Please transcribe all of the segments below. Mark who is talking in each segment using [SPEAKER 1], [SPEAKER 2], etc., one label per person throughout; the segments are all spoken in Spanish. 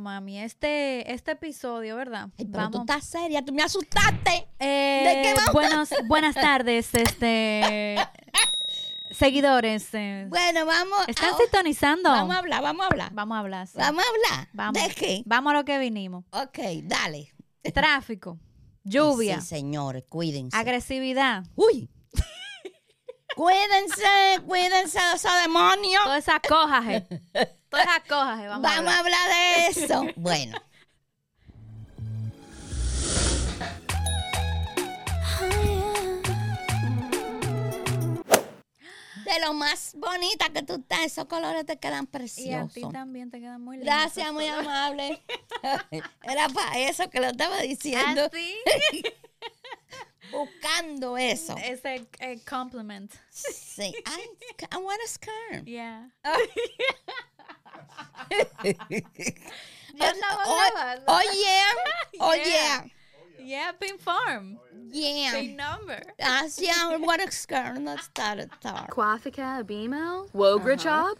[SPEAKER 1] mami, este, este episodio, ¿verdad?
[SPEAKER 2] Ay, pero tú estás seria, tú me asustaste.
[SPEAKER 1] Eh,
[SPEAKER 2] ¿De qué vamos?
[SPEAKER 1] buenos- buenas tardes, este seguidores. eh,
[SPEAKER 2] Bueno, vamos.
[SPEAKER 1] ¿Están
[SPEAKER 2] a-
[SPEAKER 1] sintonizando?
[SPEAKER 2] Vamos a hablar, vamos a hablar.
[SPEAKER 1] Vamos a hablar. sí.
[SPEAKER 2] Vamos a hablar.
[SPEAKER 1] Vamos.
[SPEAKER 2] ¿De qué?
[SPEAKER 1] Vamos a lo que vinimos.
[SPEAKER 2] Ok, dale.
[SPEAKER 1] Tráfico, lluvia,
[SPEAKER 2] Sí, señores, cuídense.
[SPEAKER 1] agresividad,
[SPEAKER 2] Uy. cuídense, cuídense de esos demonios.
[SPEAKER 1] todas esas cojaje. Todas esas cojaje, vamos,
[SPEAKER 2] Vamos,
[SPEAKER 1] a
[SPEAKER 2] a
[SPEAKER 1] hablar.
[SPEAKER 2] hablar de eso. bueno. De lo más bonita que tú estás, esos colores te quedan
[SPEAKER 1] Y a ti
[SPEAKER 2] preciosos.
[SPEAKER 1] también te quedan muy lindas.
[SPEAKER 2] Gracias, muy amable. Era para eso que lo estaba diciendo,
[SPEAKER 1] Así,
[SPEAKER 2] Ah, buscando eso.
[SPEAKER 1] ese eh, compliment.
[SPEAKER 2] Sí. I, I want a scarf.
[SPEAKER 1] Yeah.
[SPEAKER 2] Oh,
[SPEAKER 1] Ya estamos
[SPEAKER 2] oh,
[SPEAKER 1] grabando.
[SPEAKER 2] oh, yeah. Oh, yeah. Oh,
[SPEAKER 1] Yeah. Yeah, pin form.
[SPEAKER 2] Yeah.
[SPEAKER 1] Pin number.
[SPEAKER 2] As yeah, what a scarf. Let's start a talk.
[SPEAKER 3] Quafica Abimo? Wogra Job?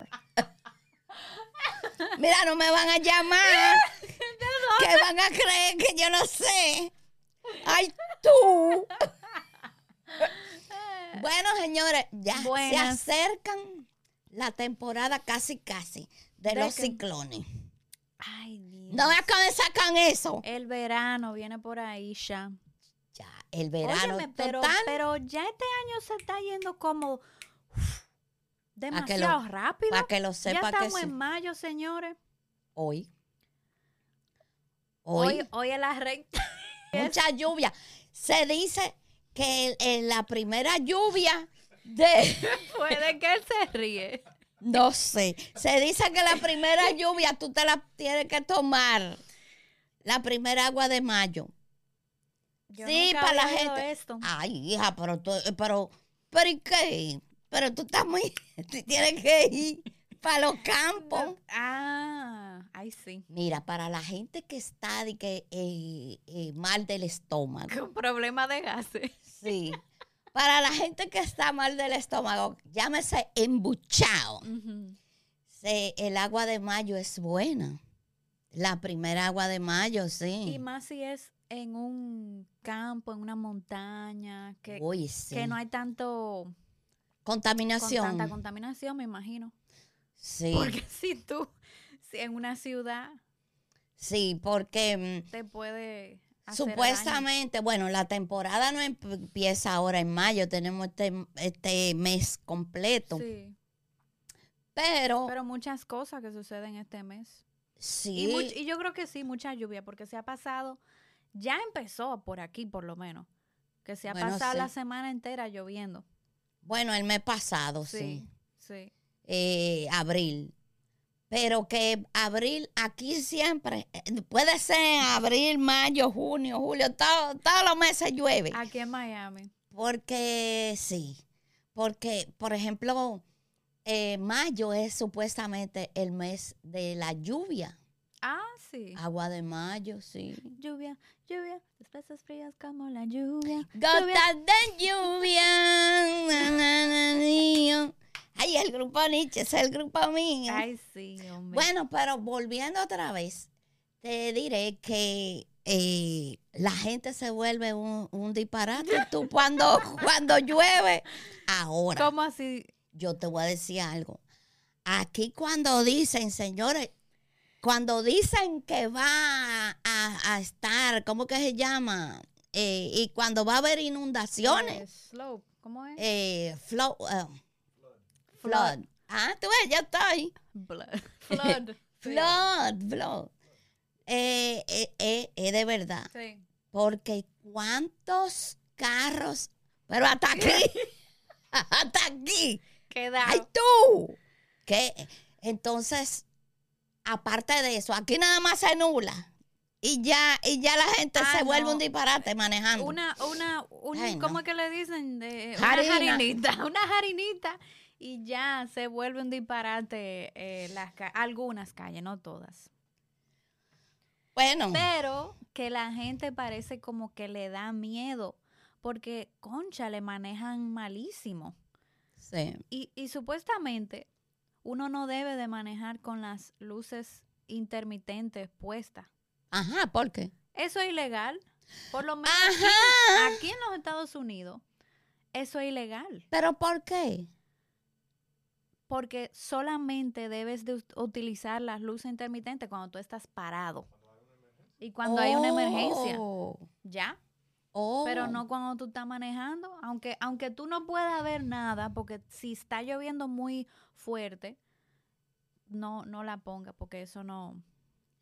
[SPEAKER 2] Mira, no me van a llamar.
[SPEAKER 1] Perdón.
[SPEAKER 2] Que van a creer que yo no sé. Ay, tú. Bueno, señores, ya
[SPEAKER 1] Buenas.
[SPEAKER 2] se acercan la temporada casi casi de,
[SPEAKER 1] ¿De
[SPEAKER 2] los
[SPEAKER 1] qué?
[SPEAKER 2] ciclones.
[SPEAKER 1] Ay, Dios.
[SPEAKER 2] No voy a comenzar con eso.
[SPEAKER 1] El verano viene por ahí ya.
[SPEAKER 2] Ya, el verano
[SPEAKER 1] Óyeme, pero,
[SPEAKER 2] total.
[SPEAKER 1] pero ya este año se está yendo como uf,
[SPEAKER 2] Pa' que lo-
[SPEAKER 1] demasiado rápido.
[SPEAKER 2] Para que lo
[SPEAKER 1] ya
[SPEAKER 2] sepa que sí.
[SPEAKER 1] estamos en mayo, señores.
[SPEAKER 2] Hoy. Hoy.
[SPEAKER 1] Hoy, hoy es la recta.
[SPEAKER 2] Mucha lluvia. Se dice que el- en la primera lluvia de...
[SPEAKER 1] Puede que él se ríe.
[SPEAKER 2] No sé. Se dice que la primera lluvia tú te la tienes que tomar. La primera agua de mayo.
[SPEAKER 1] Yo
[SPEAKER 2] Sí,
[SPEAKER 1] nunca
[SPEAKER 2] pa' la
[SPEAKER 1] había oído
[SPEAKER 2] gente.
[SPEAKER 1] Esto.
[SPEAKER 2] Ay, hija, pero tú, pero, pero ¿y qué? Pero tú estás muy, tú tienes que ir para los campos.
[SPEAKER 1] Ah, ahí sí.
[SPEAKER 2] Mira, para la gente que está de que eh, eh, mal del estómago.
[SPEAKER 1] Con problema de gases.
[SPEAKER 2] Sí. Para la gente que está mal del estómago, llámese embuchado.
[SPEAKER 1] Ujú.
[SPEAKER 2] Sí, el agua de mayo es buena. La primera agua de mayo,
[SPEAKER 1] Y
[SPEAKER 2] sí.
[SPEAKER 1] más si es en un campo, en una montaña, que,
[SPEAKER 2] Uy, sí.
[SPEAKER 1] que no hay tanto
[SPEAKER 2] Contaminación.
[SPEAKER 1] con tanta contaminación, me imagino.
[SPEAKER 2] sí,
[SPEAKER 1] Porque si tú si en una ciudad
[SPEAKER 2] sí, porque mm,
[SPEAKER 1] te puede hacer daño.
[SPEAKER 2] supuestamente, bueno, la temporada no emp- empieza ahora en mayo, tenemos este, este mes completo,
[SPEAKER 1] Sí,
[SPEAKER 2] pero,
[SPEAKER 1] pero muchas cosas que suceden este mes.
[SPEAKER 2] sí,
[SPEAKER 1] Y, much- y yo creo que sí, mucha lluvia, porque se ha pasado, ya empezó por aquí por lo menos, que se ha
[SPEAKER 2] Bueno,
[SPEAKER 1] pasado
[SPEAKER 2] sí.
[SPEAKER 1] la semana entera lloviendo.
[SPEAKER 2] bueno, el mes pasado, Oh, sí,
[SPEAKER 1] Sí, sí.
[SPEAKER 2] eh, abril. Pero que abril, aquí siempre, eh, puede ser abril, mayo, junio, julio, todo- todos los meses llueve.
[SPEAKER 1] Aquí en Miami.
[SPEAKER 2] Porque sí, porque por ejemplo, eh, mayo es supuestamente el mes de la lluvia,
[SPEAKER 1] Ah, sí.
[SPEAKER 2] agua de mayo, sí.
[SPEAKER 1] Lluvia, lluvia, las plazas frías como la lluvia.
[SPEAKER 2] Gotas de lluvia. na, na, na, niño. Ay, el grupo Nietzsche es el grupo mío.
[SPEAKER 1] Ay, sí, hombre.
[SPEAKER 2] Bueno, pero volviendo otra vez, te diré que eh, la gente se vuelve un, un disparate. Tú cuando, cuando llueve, ahora.
[SPEAKER 1] ¿Cómo así?
[SPEAKER 2] yo te voy a decir algo. Aquí cuando dicen, señores, cuando dicen que va a, a estar, ¿cómo que se llama? Eh, y cuando va a haber inundaciones,
[SPEAKER 1] Eh, slope, ¿cómo es?
[SPEAKER 2] eh, flood, flood. Ah, tú ves, ya estoy.
[SPEAKER 1] Blood. Flood. sí.
[SPEAKER 2] Flood, flood. Eh, eh, eh, eh, de verdad.
[SPEAKER 1] Sí.
[SPEAKER 2] Porque cuántos carros, pero hasta aquí, hasta aquí.
[SPEAKER 1] Queda.
[SPEAKER 2] ¡Ay, tú! ¿Qué? Entonces, aparte de eso, aquí nada más se nula. Y ya, y ya la gente
[SPEAKER 1] Ah,
[SPEAKER 2] se vuelve
[SPEAKER 1] no.
[SPEAKER 2] un disparate manejando.
[SPEAKER 1] una, una, un-
[SPEAKER 2] Ay, no.
[SPEAKER 1] ¿cómo es que le dicen? De,
[SPEAKER 2] Jarina.
[SPEAKER 1] Una jarinita, una jarinita. Y ya se vuelve un disparate eh, las ca- algunas calles, no todas.
[SPEAKER 2] Bueno,
[SPEAKER 1] Pero que la gente parece como que le da miedo. Porque, concha, le manejan malísimo.
[SPEAKER 2] sí.
[SPEAKER 1] Y, y supuestamente uno no debe de manejar con las luces intermitentes puestas.
[SPEAKER 2] Ajá, ¿por qué?
[SPEAKER 1] Eso es ilegal. Por lo menos
[SPEAKER 2] Ajá.
[SPEAKER 1] aquí en los Estados Unidos, eso es ilegal.
[SPEAKER 2] ¿Pero por qué?
[SPEAKER 1] Porque solamente debes de ut- utilizar las luces intermitentes cuando tú estás parado. Y cuando hay una emergencia.
[SPEAKER 2] Oh,
[SPEAKER 1] Ya.
[SPEAKER 2] oh.
[SPEAKER 1] Pero no cuando tú estás manejando, aunque, aunque tú no puedas ver nada, porque si está lloviendo muy fuerte, no, no la ponga, porque eso no,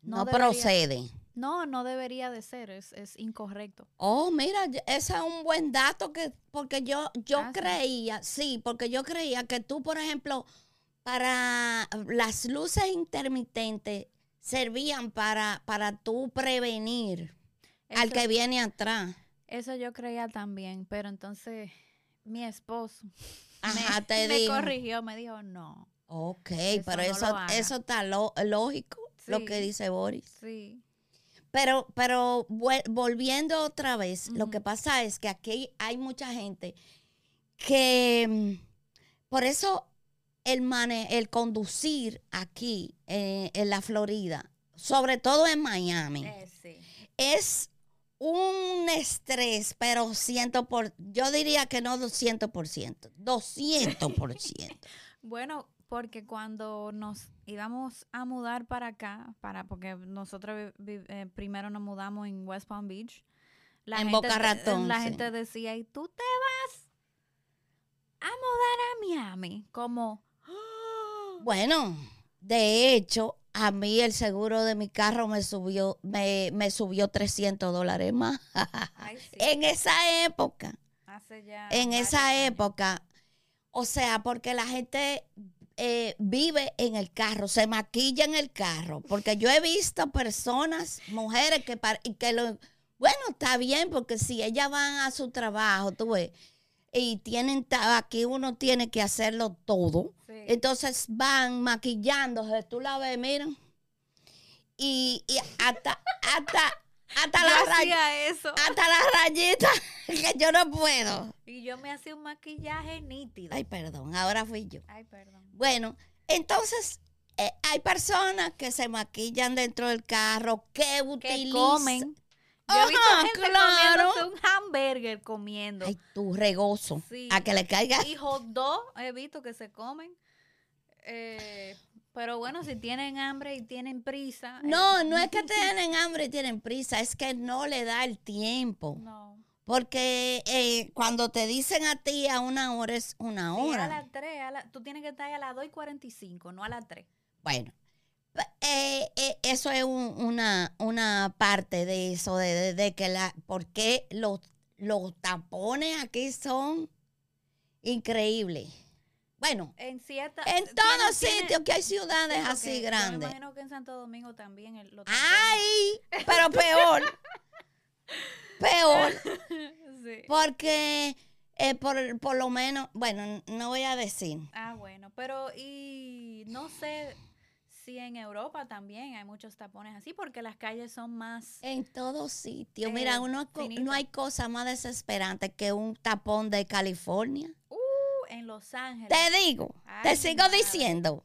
[SPEAKER 1] no
[SPEAKER 2] No
[SPEAKER 1] debería-
[SPEAKER 2] procede.
[SPEAKER 1] no, no debería de ser, es, es incorrecto.
[SPEAKER 2] Oh, mira, yo- ese es un buen dato que porque yo yo
[SPEAKER 1] Ah, sí.
[SPEAKER 2] creía, sí, porque yo creía que tú, por ejemplo, para las luces intermitentes servían para para tú prevenir
[SPEAKER 1] Eso,
[SPEAKER 2] al que viene atrás.
[SPEAKER 1] eso yo creía también, pero entonces mi esposo
[SPEAKER 2] Ajá,
[SPEAKER 1] me,
[SPEAKER 2] te
[SPEAKER 1] me
[SPEAKER 2] digo.
[SPEAKER 1] corrigió, me dijo no,
[SPEAKER 2] Ok,
[SPEAKER 1] Eso
[SPEAKER 2] pero
[SPEAKER 1] no lo
[SPEAKER 2] eso
[SPEAKER 1] haga.
[SPEAKER 2] eso está lo- lógico lo que
[SPEAKER 1] Sí.
[SPEAKER 2] dice Boris.
[SPEAKER 1] sí,
[SPEAKER 2] Pero, pero vuel- volviendo otra vez, lo que
[SPEAKER 1] Ujú.
[SPEAKER 2] pasa es que aquí hay mucha gente que mm, por eso el, mane- el conducir aquí eh, en la Florida, sobre todo en Miami,
[SPEAKER 1] eh, sí.
[SPEAKER 2] es un estrés, pero ciento por, yo diría que no 200%, 200%.
[SPEAKER 1] Bueno, porque cuando nos íbamos a mudar para acá, para porque nosotros vi- vi- eh, primero nos mudamos en West Palm Beach.
[SPEAKER 2] En
[SPEAKER 1] gente
[SPEAKER 2] Boca
[SPEAKER 1] te-
[SPEAKER 2] Ratón,
[SPEAKER 1] La
[SPEAKER 2] sí.
[SPEAKER 1] gente decía, ¿y tú te vas a mudar a Miami? Como, "Ah".
[SPEAKER 2] Bueno, de hecho, a mí el seguro de mi carro me subió, me, me subió 300 dólares más.
[SPEAKER 1] ay, sí,
[SPEAKER 2] en esa época,
[SPEAKER 1] hace ya
[SPEAKER 2] Eh, en
[SPEAKER 1] varios
[SPEAKER 2] esa e-
[SPEAKER 1] años.
[SPEAKER 2] época, o sea, porque la gente eh, vive en el carro, se maquilla en el carro, porque yo he visto personas, mujeres que, par- y que lo, bueno, está bien, porque si ellas van a su trabajo, tú ves, y tienen, ta- aquí uno tiene que hacerlo todo.
[SPEAKER 1] Sí.
[SPEAKER 2] Entonces van maquillándose, tú la ves, miren. Y, y hasta, hasta, hasta
[SPEAKER 1] Yo
[SPEAKER 2] la rayita,
[SPEAKER 1] hacía eso.
[SPEAKER 2] hasta la rayita, que yo no puedo.
[SPEAKER 1] Y yo me hacía un maquillaje nítido.
[SPEAKER 2] Ay,
[SPEAKER 1] Ay,
[SPEAKER 2] perdón, ahora fui yo.
[SPEAKER 1] perdón.
[SPEAKER 2] Bueno, entonces eh, hay personas que se maquillan dentro del carro, que
[SPEAKER 1] Que
[SPEAKER 2] utilizan.
[SPEAKER 1] comen. Yo he visto
[SPEAKER 2] Ajá,
[SPEAKER 1] gente
[SPEAKER 2] Ah, claro.
[SPEAKER 1] comiéndose un hamburger comiendo.
[SPEAKER 2] Ay, tu regozo.
[SPEAKER 1] Sí.
[SPEAKER 2] A que le caiga.
[SPEAKER 1] y hot dog he visto que se comen. Eh, pero bueno, si tienen hambre y tienen prisa. eh,
[SPEAKER 2] No, no es que tienen hambre y tienen prisa, es que no le da el tiempo.
[SPEAKER 1] no.
[SPEAKER 2] Porque eh, cuando te dicen a ti a una hora es una
[SPEAKER 1] Sí, a
[SPEAKER 2] hora.
[SPEAKER 1] las 3, a la- tú tienes que estar ahí a las 2 y 45, no a las 3.
[SPEAKER 2] Bueno, pe- eh, eh, eso es un- una, una parte de eso, de, de- de que la, porque los, los tapones aquí son increíbles. Bueno,
[SPEAKER 1] En cierta.
[SPEAKER 2] en
[SPEAKER 1] tiene-
[SPEAKER 2] todos
[SPEAKER 1] Ah, tiene-
[SPEAKER 2] sitios que hay ciudades
[SPEAKER 1] sí, porque
[SPEAKER 2] así Ah.
[SPEAKER 1] yo Me
[SPEAKER 2] grandes.
[SPEAKER 1] imagino que en Santo Domingo también. el- lo
[SPEAKER 2] ¡Ay! Pero peor. peor.
[SPEAKER 1] taponan. Sí.
[SPEAKER 2] Porque eh, por, por lo menos, bueno, no voy a decir.
[SPEAKER 1] Ah, bueno, pero y no sé si en Europa también hay muchos tapones así, porque las calles son más.
[SPEAKER 2] En todos sitios.
[SPEAKER 1] Eh,
[SPEAKER 2] Mira, uno, co- no
[SPEAKER 1] finito.
[SPEAKER 2] hay cosa más desesperante que un tapón de California.
[SPEAKER 1] Uh, en Los Ángeles.
[SPEAKER 2] Te digo,
[SPEAKER 1] Ay,
[SPEAKER 2] te sigo
[SPEAKER 1] madre.
[SPEAKER 2] diciendo.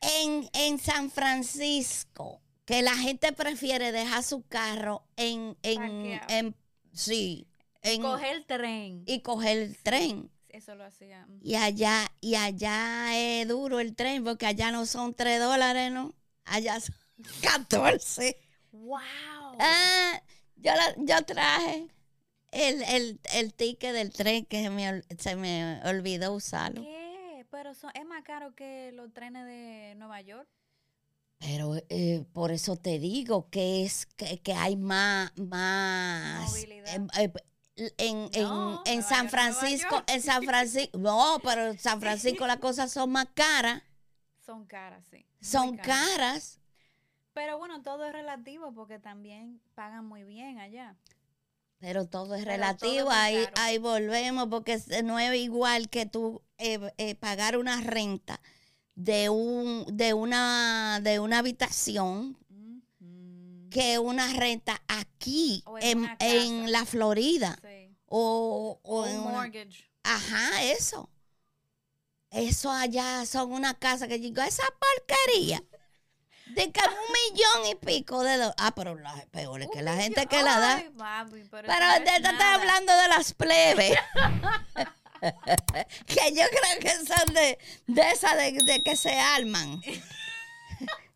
[SPEAKER 2] En, en San Francisco, que la gente prefiere dejar su carro en, en,
[SPEAKER 1] Parqueado.
[SPEAKER 2] en sí, en-
[SPEAKER 1] Coger el tren.
[SPEAKER 2] y coger el tren.
[SPEAKER 1] Eso lo hacía. mm.
[SPEAKER 2] Y allá, y allá es duro el tren, porque allá no son 3 dólares, ¿no? Allá son 14.
[SPEAKER 1] ¡Wow!
[SPEAKER 2] Ah, yo, la- yo traje el, el, el ticket del tren que se me, ol- se me olvidó usarlo.
[SPEAKER 1] ¿Qué? Pero son- es más caro que los trenes de Nueva York.
[SPEAKER 2] Pero eh, por eso te digo que es que, que hay más, más
[SPEAKER 1] Movilidad.
[SPEAKER 2] em, eh, en, en-
[SPEAKER 1] No,
[SPEAKER 2] en
[SPEAKER 1] Nueva
[SPEAKER 2] San
[SPEAKER 1] York, Nueva
[SPEAKER 2] Francisco,
[SPEAKER 1] York.
[SPEAKER 2] en San Francisco, no, pero en San Francisco las cosas son más caras,
[SPEAKER 1] Son caras, sí. muy
[SPEAKER 2] son
[SPEAKER 1] caras.
[SPEAKER 2] caras.
[SPEAKER 1] Pero bueno, todo es relativo porque también pagan muy bien allá.
[SPEAKER 2] Pero todo es
[SPEAKER 1] Pero todo es muy
[SPEAKER 2] relativo, ahí,
[SPEAKER 1] caro.
[SPEAKER 2] ahí volvemos, porque es- eh, no es igual que tú eh, eh, pagar una renta de un, de una, de una habitación
[SPEAKER 1] Mm, Ujú.
[SPEAKER 2] que una renta aquí
[SPEAKER 1] O en
[SPEAKER 2] en,
[SPEAKER 1] una casa.
[SPEAKER 2] en la Florida.
[SPEAKER 1] Sí.
[SPEAKER 2] O, o en
[SPEAKER 1] Un
[SPEAKER 2] una-
[SPEAKER 1] mortgage.
[SPEAKER 2] Ajá, eso. Eso allá son una casa que digo, esa porquería. De que un millón y pico de dólares. Ah, pero las peores que la gente que la da.
[SPEAKER 1] Ay, papi, pero
[SPEAKER 2] Pero
[SPEAKER 1] eso
[SPEAKER 2] te
[SPEAKER 1] no es
[SPEAKER 2] te estoy
[SPEAKER 1] nada.
[SPEAKER 2] hablando de las plebes. que yo creo que son de, de esas de, de que se arman.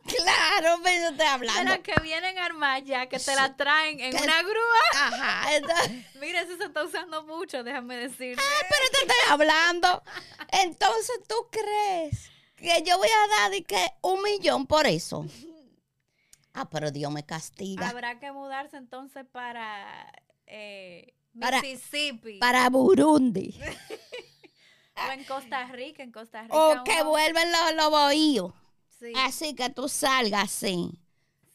[SPEAKER 2] claro, pero yo estoy
[SPEAKER 1] De
[SPEAKER 2] hablando.
[SPEAKER 1] las que vienen armadas ya, que te la traen en
[SPEAKER 2] Que-
[SPEAKER 1] una grúa.
[SPEAKER 2] Ajá, entonces-
[SPEAKER 1] Mira, eso se está usando mucho, déjame decirte.
[SPEAKER 2] Ah, pero te estoy hablando. Entonces, ¿tú crees que yo voy a dar de que un millón por eso? Ah, pero Dios me castiga.
[SPEAKER 1] Habrá que mudarse entonces para eh,
[SPEAKER 2] Para-
[SPEAKER 1] Mississippi
[SPEAKER 2] Para Burundi.
[SPEAKER 1] o en Costa Rica, en Costa Rica.
[SPEAKER 2] O que
[SPEAKER 1] uno-
[SPEAKER 2] vuelven los, los bohíos.
[SPEAKER 1] Sí,
[SPEAKER 2] Así que tú salgas así.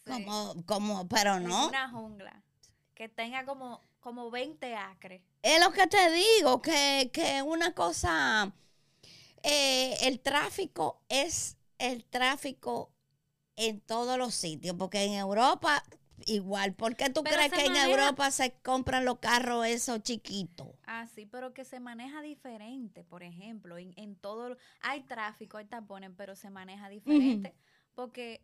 [SPEAKER 1] sí,
[SPEAKER 2] Como, como, pero
[SPEAKER 1] en
[SPEAKER 2] no.
[SPEAKER 1] una jungla que tenga como, como 20 acres.
[SPEAKER 2] Es lo que te digo, que, que una cosa, eh, el tráfico es el tráfico en todos los sitios, porque en Europa igual, ¿por qué tú
[SPEAKER 1] Pero
[SPEAKER 2] crees
[SPEAKER 1] se
[SPEAKER 2] que en
[SPEAKER 1] maneja-
[SPEAKER 2] Europa se compran los carros esos chiquitos?
[SPEAKER 1] Ah, sí, pero que se maneja diferente, por ejemplo, en, en todo, lo- hay tráfico, hay tapones, pero se maneja diferente, porque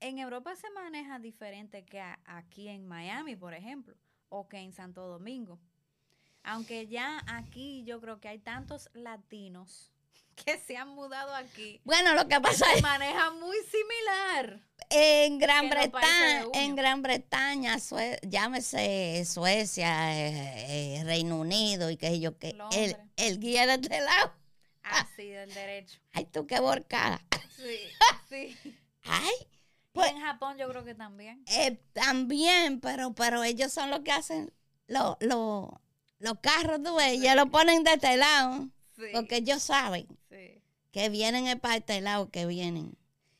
[SPEAKER 1] en Europa se maneja diferente que a- aquí en Miami, por ejemplo, o que en Santo Domingo. Aunque ya aquí yo creo que hay tantos latinos que se han mudado aquí,
[SPEAKER 2] Bueno, lo que
[SPEAKER 1] que
[SPEAKER 2] pasa
[SPEAKER 1] se
[SPEAKER 2] es
[SPEAKER 1] maneja muy similar.
[SPEAKER 2] en Gran
[SPEAKER 1] que en los países
[SPEAKER 2] Bretaña,
[SPEAKER 1] de
[SPEAKER 2] en
[SPEAKER 1] uno.
[SPEAKER 2] Gran Bretaña, Sue- llámese Suecia, eh, eh, Reino Unido y qué sé yo qué, el,
[SPEAKER 1] Londres.
[SPEAKER 2] el guía de este lado.
[SPEAKER 1] Así, Ah, del derecho.
[SPEAKER 2] Ay, tú qué borcada.
[SPEAKER 1] Sí, sí.
[SPEAKER 2] Ay,
[SPEAKER 1] Y
[SPEAKER 2] Pues-
[SPEAKER 1] en Japón yo creo que también.
[SPEAKER 2] Eh, también, pero, pero ellos son los que hacen lo- lo- los carros, tú ves, ellos lo ponen de este lado,
[SPEAKER 1] Sí,
[SPEAKER 2] porque ellos saben
[SPEAKER 1] sí.
[SPEAKER 2] que vienen es para este lado que vienen.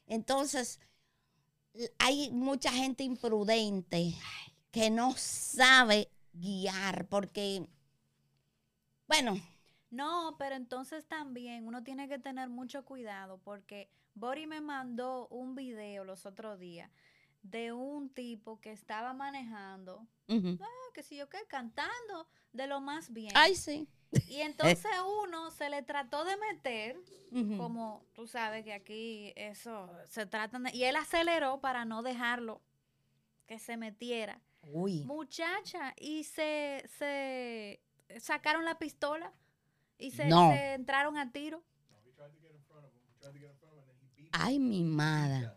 [SPEAKER 2] Entonces, l- hay mucha gente imprudente que no sabe guiar, porque, bueno,
[SPEAKER 1] No, pero entonces también uno tiene que tener mucho cuidado porque Bori me mandó un video los otros días de un tipo que estaba manejando,
[SPEAKER 2] ujú.
[SPEAKER 1] ah, que si yo qué, cantando de lo más bien.
[SPEAKER 2] ay, sí.
[SPEAKER 1] Y entonces uno se le trató de meter,
[SPEAKER 2] ujú.
[SPEAKER 1] como tú sabes que aquí eso se trata, y él aceleró para no dejarlo que se metiera.
[SPEAKER 2] Uy,
[SPEAKER 1] Muchacha, y se, se sacaron la pistola y se,
[SPEAKER 2] No.
[SPEAKER 1] se entraron a tiro.
[SPEAKER 2] ay, mi madre.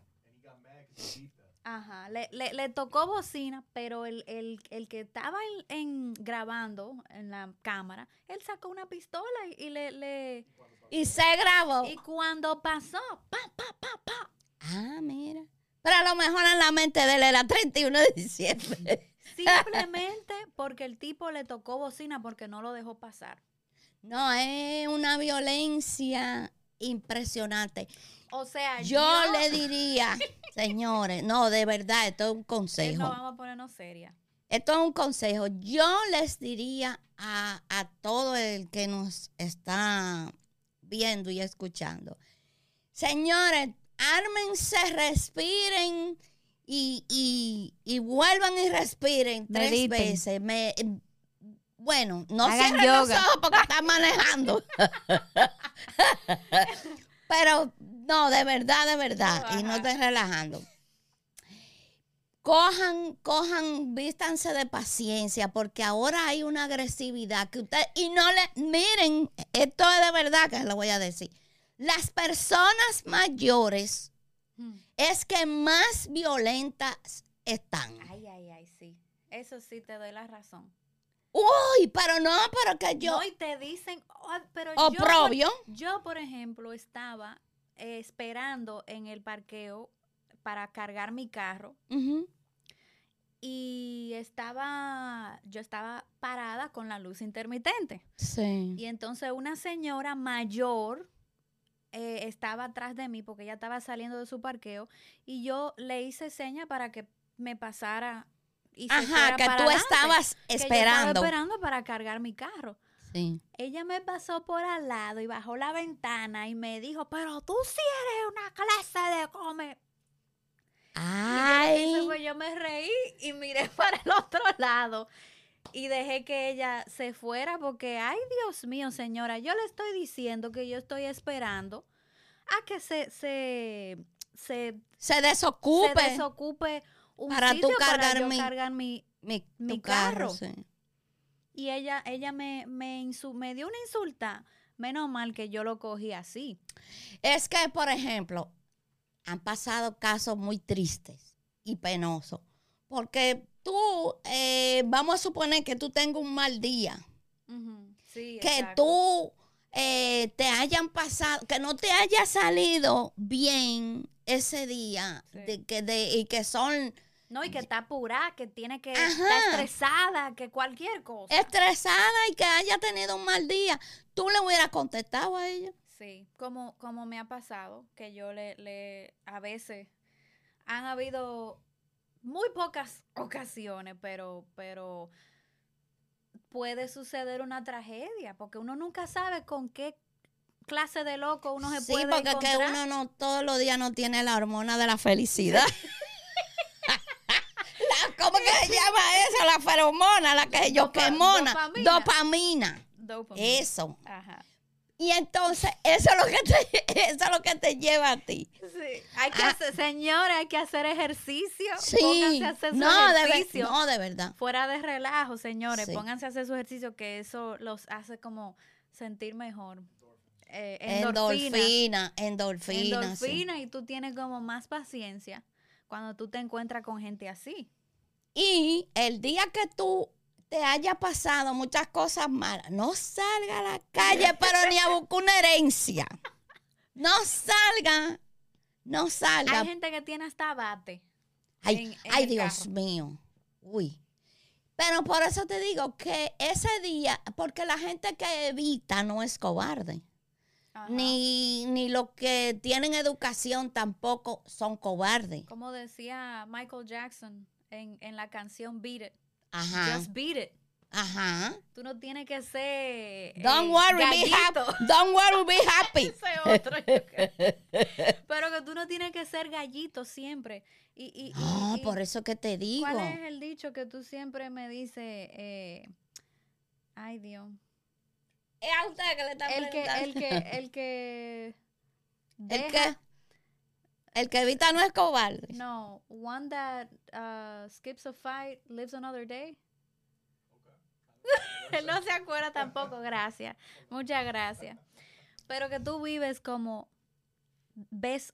[SPEAKER 1] Ajá, le, le, le tocó bocina, pero el, el, el que estaba en, en- grabando en la cámara, él sacó una pistola y, y le, le-
[SPEAKER 2] Y se grabó.
[SPEAKER 1] Y cuando pasó, pa, pa, pa, pa.
[SPEAKER 2] Ah, mira. Pero a lo mejor en la mente de él era 31 de diciembre.
[SPEAKER 1] Simplemente porque el tipo le tocó bocina porque no lo dejó pasar.
[SPEAKER 2] No, es una violencia impresionante.
[SPEAKER 1] O sea,
[SPEAKER 2] Yo le diría, señores, no, de verdad, esto es un
[SPEAKER 1] Eh, No,
[SPEAKER 2] consejo.
[SPEAKER 1] vamos a ponernos seria.
[SPEAKER 2] Esto es un consejo. Yo les diría a, a todo el que nos está viendo y escuchando. Señores, ármense, respiren y, y- y vuelvan y respiren tres
[SPEAKER 1] Mediten.
[SPEAKER 2] veces. Me- eh, bueno, no
[SPEAKER 1] Hagan
[SPEAKER 2] cierren los
[SPEAKER 1] yoga.
[SPEAKER 2] ojos porque están manejando. Pero no, de verdad, de verdad.
[SPEAKER 1] No,
[SPEAKER 2] y no
[SPEAKER 1] ajá.
[SPEAKER 2] te relajando. Cojan, cojan, vístanse de paciencia, porque ahora hay una agresividad que usted, y no le, miren, esto es de verdad que lo voy a decir. Las personas mayores
[SPEAKER 1] Mm.
[SPEAKER 2] es que más violentas están.
[SPEAKER 1] Ay, ay, ay, sí. Eso sí, te doy la razón.
[SPEAKER 2] Uy, pero no, pero que yo, Oh,
[SPEAKER 1] no, y te dicen, "Ah, pero yo, por,
[SPEAKER 2] oprobio,
[SPEAKER 1] yo, por ejemplo, estaba eh, esperando en el parqueo para cargar mi carro
[SPEAKER 2] Ujú.
[SPEAKER 1] y estaba, yo estaba parada con la luz intermitente.
[SPEAKER 2] sí,
[SPEAKER 1] Y entonces una señora mayor eh, estaba atrás de mí porque ella estaba saliendo de su parqueo y yo le hice seña para que me pasara. Y se
[SPEAKER 2] ajá,
[SPEAKER 1] fuera
[SPEAKER 2] que
[SPEAKER 1] para
[SPEAKER 2] tú
[SPEAKER 1] adelante,
[SPEAKER 2] estabas
[SPEAKER 1] que yo estaba
[SPEAKER 2] esperando,
[SPEAKER 1] esperando para cargar mi carro.
[SPEAKER 2] sí.
[SPEAKER 1] Ella me pasó por al lado y bajó la ventana y me dijo, pero tú sí eres una clase de come.
[SPEAKER 2] Ay,
[SPEAKER 1] Entonces, pues, yo me reí y miré para el otro lado y dejé que ella se fuera porque, ay Dios mío, señora, yo le estoy diciendo que yo estoy esperando a que se, se, se,
[SPEAKER 2] Se
[SPEAKER 1] se
[SPEAKER 2] desocupe
[SPEAKER 1] desocupe un
[SPEAKER 2] Para tú
[SPEAKER 1] sitio
[SPEAKER 2] cargar
[SPEAKER 1] para yo
[SPEAKER 2] mi-
[SPEAKER 1] cargar mi...
[SPEAKER 2] mi, tu
[SPEAKER 1] mi
[SPEAKER 2] carro.
[SPEAKER 1] carro.
[SPEAKER 2] sí.
[SPEAKER 1] Y ella, ella me, me, insu- me dio una insulta. Menos mal que yo lo cogí así.
[SPEAKER 2] Es que, por ejemplo, han pasado casos muy tristes y penosos. Porque tú, eh, vamos a suponer que tú tengas un mal día.
[SPEAKER 1] Ujú, Sí,
[SPEAKER 2] que
[SPEAKER 1] exacto.
[SPEAKER 2] tú eh, te hayan pasado, que no te haya salido bien ese día
[SPEAKER 1] Sí.
[SPEAKER 2] de que de, y que son
[SPEAKER 1] No, y que está apurada, que tiene que
[SPEAKER 2] Ajá.
[SPEAKER 1] estar estresada, que cualquier cosa.
[SPEAKER 2] estresadas y que haya tenido un mal día, tú le hubieras contestado a ella.
[SPEAKER 1] Sí, como, como me ha pasado, que yo le, le, a veces han habido muy pocas ocasiones, pero, pero puede suceder una tragedia, porque uno nunca sabe con qué clase de loco uno se
[SPEAKER 2] sí,
[SPEAKER 1] puede
[SPEAKER 2] porque es que
[SPEAKER 1] encontrar.
[SPEAKER 2] uno no todos los días no tiene la hormona de la felicidad. La- ¿Cómo que se llama eso? La feromona, la que yo
[SPEAKER 1] Dopa-
[SPEAKER 2] quemona.
[SPEAKER 1] dopamina.
[SPEAKER 2] dopamina.
[SPEAKER 1] Dopamine.
[SPEAKER 2] Eso.
[SPEAKER 1] Ajá.
[SPEAKER 2] Y entonces, eso es lo que te, eso es lo que te lleva a ti.
[SPEAKER 1] Sí, hay que
[SPEAKER 2] Ah.
[SPEAKER 1] hacer, señores, hay que hacer ejercicio.
[SPEAKER 2] Sí.
[SPEAKER 1] Pónganse a hacer su
[SPEAKER 2] No, de, ver-
[SPEAKER 1] ejercicio.
[SPEAKER 2] no, de verdad.
[SPEAKER 1] Fuera de relajo, señores,
[SPEAKER 2] Sí.
[SPEAKER 1] pónganse a hacer su ejercicio, que eso los hace como sentir mejor. Eh, endorfina.
[SPEAKER 2] Endorfina, endorfina. sí.
[SPEAKER 1] Endorfina, y tú tienes como más paciencia cuando tú te encuentras con gente así.
[SPEAKER 2] Y el día que tú te haya pasado muchas cosas malas, no salga a la calle, pero ni a buscar una herencia. No salga, no salga.
[SPEAKER 1] Hay gente que tiene hasta bate.
[SPEAKER 2] Ay,
[SPEAKER 1] en- en
[SPEAKER 2] ay,
[SPEAKER 1] el
[SPEAKER 2] Dios
[SPEAKER 1] carro.
[SPEAKER 2] mío. Uy. Pero por eso te digo que ese día, porque la gente que evita no es cobarde.
[SPEAKER 1] Ajá.
[SPEAKER 2] Ni, ni los que tienen educación tampoco son cobardes.
[SPEAKER 1] Como decía Michael Jackson en, en la canción Beat It.
[SPEAKER 2] Ajá.
[SPEAKER 1] Just beat it.
[SPEAKER 2] Ajá.
[SPEAKER 1] Tú no tienes que ser.
[SPEAKER 2] Don't
[SPEAKER 1] eh,
[SPEAKER 2] worry, be
[SPEAKER 1] gallito.
[SPEAKER 2] happy. Don't worry, be happy.
[SPEAKER 1] Ese otro, yo creo. Pero que tú no tienes que ser gallito siempre. Y, y, y-
[SPEAKER 2] No,
[SPEAKER 1] y-
[SPEAKER 2] por eso que te digo.
[SPEAKER 1] ¿Cuál es el dicho que tú siempre me dices? eh, ay, Dios.
[SPEAKER 2] Es a usted que le está
[SPEAKER 1] El que, el
[SPEAKER 2] preguntando.
[SPEAKER 1] que, el que.
[SPEAKER 2] El
[SPEAKER 1] deja-
[SPEAKER 2] que, el que evita no es cobarde.
[SPEAKER 1] No, one that uh, skips a fight lives another day. no se acuerda tampoco, gracias. Muchas gracias. Pero que tú vives como ves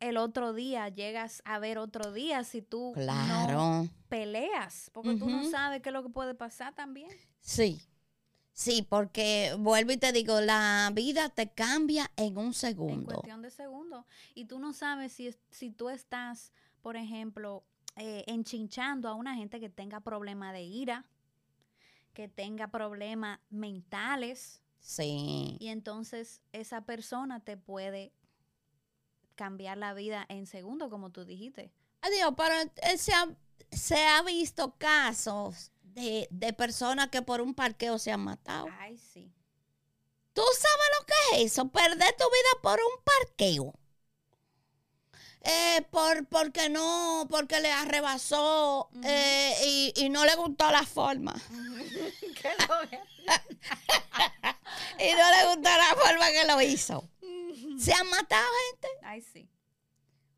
[SPEAKER 1] el otro día, llegas a ver otro día si tú no
[SPEAKER 2] Claro.
[SPEAKER 1] peleas, porque tú no
[SPEAKER 2] Ujú.
[SPEAKER 1] sabes qué es lo que puede pasar también.
[SPEAKER 2] Sí. Sí, porque vuelvo y te digo, la vida te cambia en un
[SPEAKER 1] En
[SPEAKER 2] segundo.
[SPEAKER 1] cuestión de segundos. Y tú no sabes si, es- si tú estás, por ejemplo, eh, enchinchando a una gente que tenga problema de ira, que tenga problemas mentales,
[SPEAKER 2] Sí.
[SPEAKER 1] y entonces esa persona te puede cambiar la vida en segundos, como tú dijiste.
[SPEAKER 2] Adiós, pero eh, se ha, se ha visto casos de, de personas que por un parqueo se han matado.
[SPEAKER 1] Ay, sí.
[SPEAKER 2] ¿Tú sabes lo que es eso? Perder tu vida por un parqueo. Eh, por, porque no, porque le arrebasó
[SPEAKER 1] Ujú.
[SPEAKER 2] eh, y, y no le gustó la forma.
[SPEAKER 1] ¿Qué lo ve?
[SPEAKER 2] Y no le gustó la forma que lo hizo. Se han matado gente.
[SPEAKER 1] Ay, sí.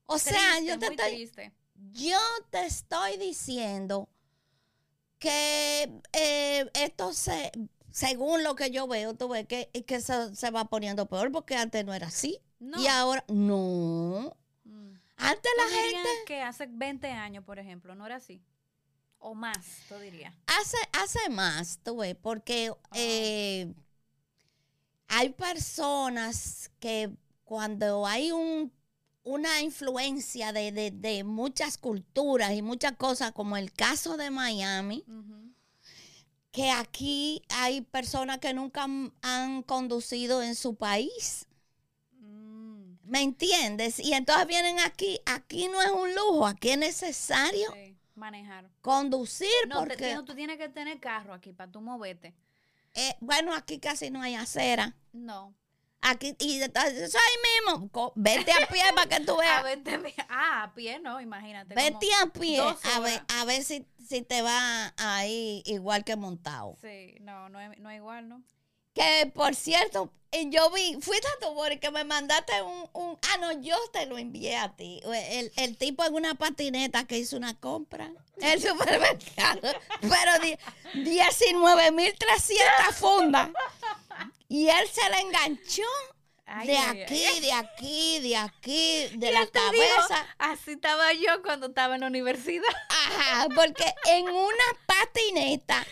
[SPEAKER 2] O sea,
[SPEAKER 1] Triste,
[SPEAKER 2] yo te,
[SPEAKER 1] muy
[SPEAKER 2] estoy,
[SPEAKER 1] triste.
[SPEAKER 2] yo te estoy diciendo que eh, esto se, según lo que yo veo, tú ves que, que se, se va poniendo peor porque antes no era así.
[SPEAKER 1] No.
[SPEAKER 2] Y ahora, no.
[SPEAKER 1] Mm.
[SPEAKER 2] Antes la
[SPEAKER 1] Tú dirías
[SPEAKER 2] gente,
[SPEAKER 1] que hace 20 años, por ejemplo, no era así. O más, tú dirías.
[SPEAKER 2] hace, hace más, tú ves, porque
[SPEAKER 1] Ah.
[SPEAKER 2] eh, hay personas que cuando hay un, una influencia de, de- de muchas culturas y muchas cosas, como el caso de Miami,
[SPEAKER 1] Ujú.
[SPEAKER 2] que aquí hay personas que nunca han- han conducido en su país.
[SPEAKER 1] Mm,
[SPEAKER 2] ¿Me entiendes? Y entonces vienen aquí, aquí no es un lujo, aquí es necesario
[SPEAKER 1] sí, manejar.
[SPEAKER 2] conducir
[SPEAKER 1] No, te-
[SPEAKER 2] porque...
[SPEAKER 1] no, tú tienes que tener carro aquí para tú moverte.
[SPEAKER 2] Eh, bueno, aquí casi no hay acera.
[SPEAKER 1] No.
[SPEAKER 2] Aquí, y entonces, eso ahí mismo. co- Vete a pie para que tú
[SPEAKER 1] Pues, A
[SPEAKER 2] veas.
[SPEAKER 1] ver, te ve- ah, a pie no, imagínate. como-
[SPEAKER 2] Vete a pie
[SPEAKER 1] dos
[SPEAKER 2] a ver,
[SPEAKER 1] horas.
[SPEAKER 2] a ver si, si te va ahí igual que montado.
[SPEAKER 1] Sí, no, no es, no es igual, ¿no?
[SPEAKER 2] Que por cierto, eh, yo vi, fuiste a tu board que me mandaste un, un- Ah, no, yo te lo envié a ti. El, el tipo en una patineta que hizo una compra en el supermercado. Pero di- 19.300 fundas. Y él se la enganchó
[SPEAKER 1] Ay,
[SPEAKER 2] de
[SPEAKER 1] ay, ay.
[SPEAKER 2] aquí, de aquí, de aquí, de
[SPEAKER 1] Y
[SPEAKER 2] la
[SPEAKER 1] él te dijo,
[SPEAKER 2] cabeza.
[SPEAKER 1] Así estaba yo cuando estaba en la universidad.
[SPEAKER 2] Ajá, porque en una patineta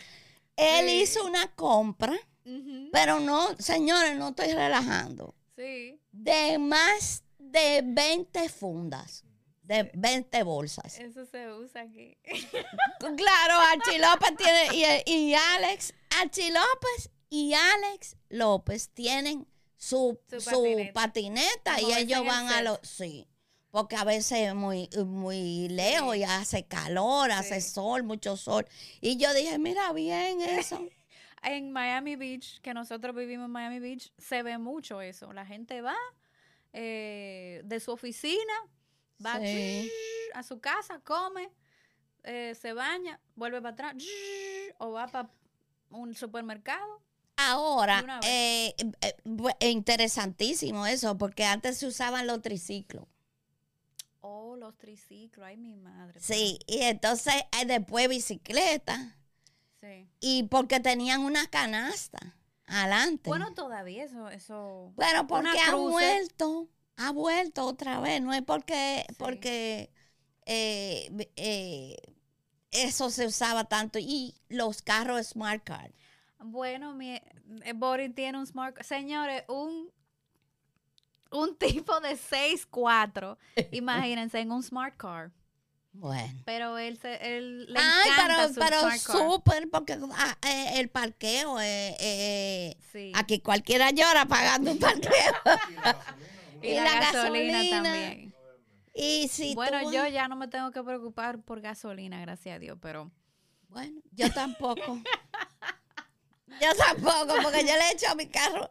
[SPEAKER 2] él
[SPEAKER 1] Sí.
[SPEAKER 2] hizo una compra,
[SPEAKER 1] Ujú,
[SPEAKER 2] pero no, señores, no estoy relajando.
[SPEAKER 1] Sí,
[SPEAKER 2] De más de 20 fundas, de 20 bolsas.
[SPEAKER 1] eso se usa aquí.
[SPEAKER 2] Claro, Archie López tiene, y, y Alex, Archie López y Alex López tienen su,
[SPEAKER 1] Su
[SPEAKER 2] su
[SPEAKER 1] patineta.
[SPEAKER 2] patineta,
[SPEAKER 1] A
[SPEAKER 2] y
[SPEAKER 1] moverse
[SPEAKER 2] ellos
[SPEAKER 1] en el
[SPEAKER 2] van a
[SPEAKER 1] set.
[SPEAKER 2] los... Sí, porque a veces es muy, muy lejos
[SPEAKER 1] Sí.
[SPEAKER 2] y hace calor, hace
[SPEAKER 1] Sí.
[SPEAKER 2] sol, mucho sol. Y yo dije, mira, bien eso.
[SPEAKER 1] En Miami Beach, que nosotros vivimos en Miami Beach, se ve mucho eso. La gente va eh, de su oficina, va
[SPEAKER 2] Sí.
[SPEAKER 1] a su casa, come, eh, se baña, vuelve para atrás o va para un supermercado. De una
[SPEAKER 2] Ahora,
[SPEAKER 1] vez.
[SPEAKER 2] eh, eh, bu- eh, interesantísimo eso, porque antes se usaban los triciclos.
[SPEAKER 1] Oh, los triciclos, ay mi madre.
[SPEAKER 2] Sí, y entonces eh, después bicicleta.
[SPEAKER 1] pues, Sí.
[SPEAKER 2] y porque tenían una canasta adelante.
[SPEAKER 1] Bueno, todavía eso, eso.
[SPEAKER 2] Pero
[SPEAKER 1] una
[SPEAKER 2] porque ha
[SPEAKER 1] cruce.
[SPEAKER 2] vuelto, ha vuelto otra vez, no es porque,
[SPEAKER 1] Sí.
[SPEAKER 2] porque eh, eh, eso se usaba tanto y los carros Smart Card.
[SPEAKER 1] Bueno, mi eh, Boris tiene un smart. ca- Señores, un un tipo de 6'4, imagínense, en un smart car.
[SPEAKER 2] Bueno.
[SPEAKER 1] Pero él, se, él le
[SPEAKER 2] Ay,
[SPEAKER 1] encanta
[SPEAKER 2] pero,
[SPEAKER 1] su
[SPEAKER 2] pero
[SPEAKER 1] smart car.
[SPEAKER 2] súper, porque ah, eh, el parqueo, eh, eh,
[SPEAKER 1] Sí.
[SPEAKER 2] aquí cualquiera llora pagando un parqueo.
[SPEAKER 1] Y, la, gasolina, también.
[SPEAKER 2] Y si
[SPEAKER 1] bueno,
[SPEAKER 2] tú-
[SPEAKER 1] yo ya no me tengo que preocupar por gasolina, gracias a Dios, pero
[SPEAKER 2] Bueno, yo tampoco. yo tampoco, porque yo le echo a mi carro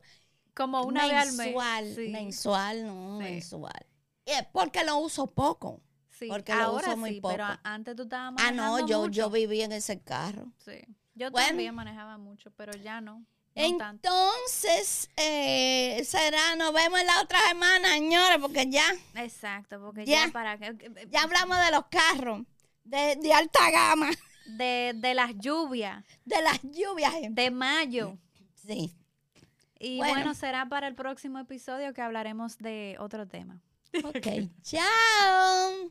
[SPEAKER 1] como una vez al
[SPEAKER 2] mensual,
[SPEAKER 1] mes. Sí,
[SPEAKER 2] mensual, no
[SPEAKER 1] Sí.
[SPEAKER 2] mensual. Y es porque lo uso poco.
[SPEAKER 1] sí.
[SPEAKER 2] porque lo
[SPEAKER 1] ahora
[SPEAKER 2] uso
[SPEAKER 1] sí,
[SPEAKER 2] muy
[SPEAKER 1] pero
[SPEAKER 2] poco.
[SPEAKER 1] antes tú estabas
[SPEAKER 2] Ah,
[SPEAKER 1] manejando
[SPEAKER 2] no, yo, yo
[SPEAKER 1] mucho.
[SPEAKER 2] viví en ese carro.
[SPEAKER 1] Sí. Yo
[SPEAKER 2] Bueno.
[SPEAKER 1] también manejaba mucho, pero ya no. No tanto.
[SPEAKER 2] Entonces, eh, será, nos vemos la otra semana, señores, porque ya,
[SPEAKER 1] Exacto, porque ya,
[SPEAKER 2] Ya.
[SPEAKER 1] para que- eh, que-
[SPEAKER 2] ya hablamos de los carros, de, de alta gama,
[SPEAKER 1] de, de las lluvias
[SPEAKER 2] de las lluvias. gente.
[SPEAKER 1] de mayo.
[SPEAKER 2] Sí.
[SPEAKER 1] Y bueno.
[SPEAKER 2] Bueno.
[SPEAKER 1] será para el próximo episodio que hablaremos de otro tema.
[SPEAKER 2] Ok, chao.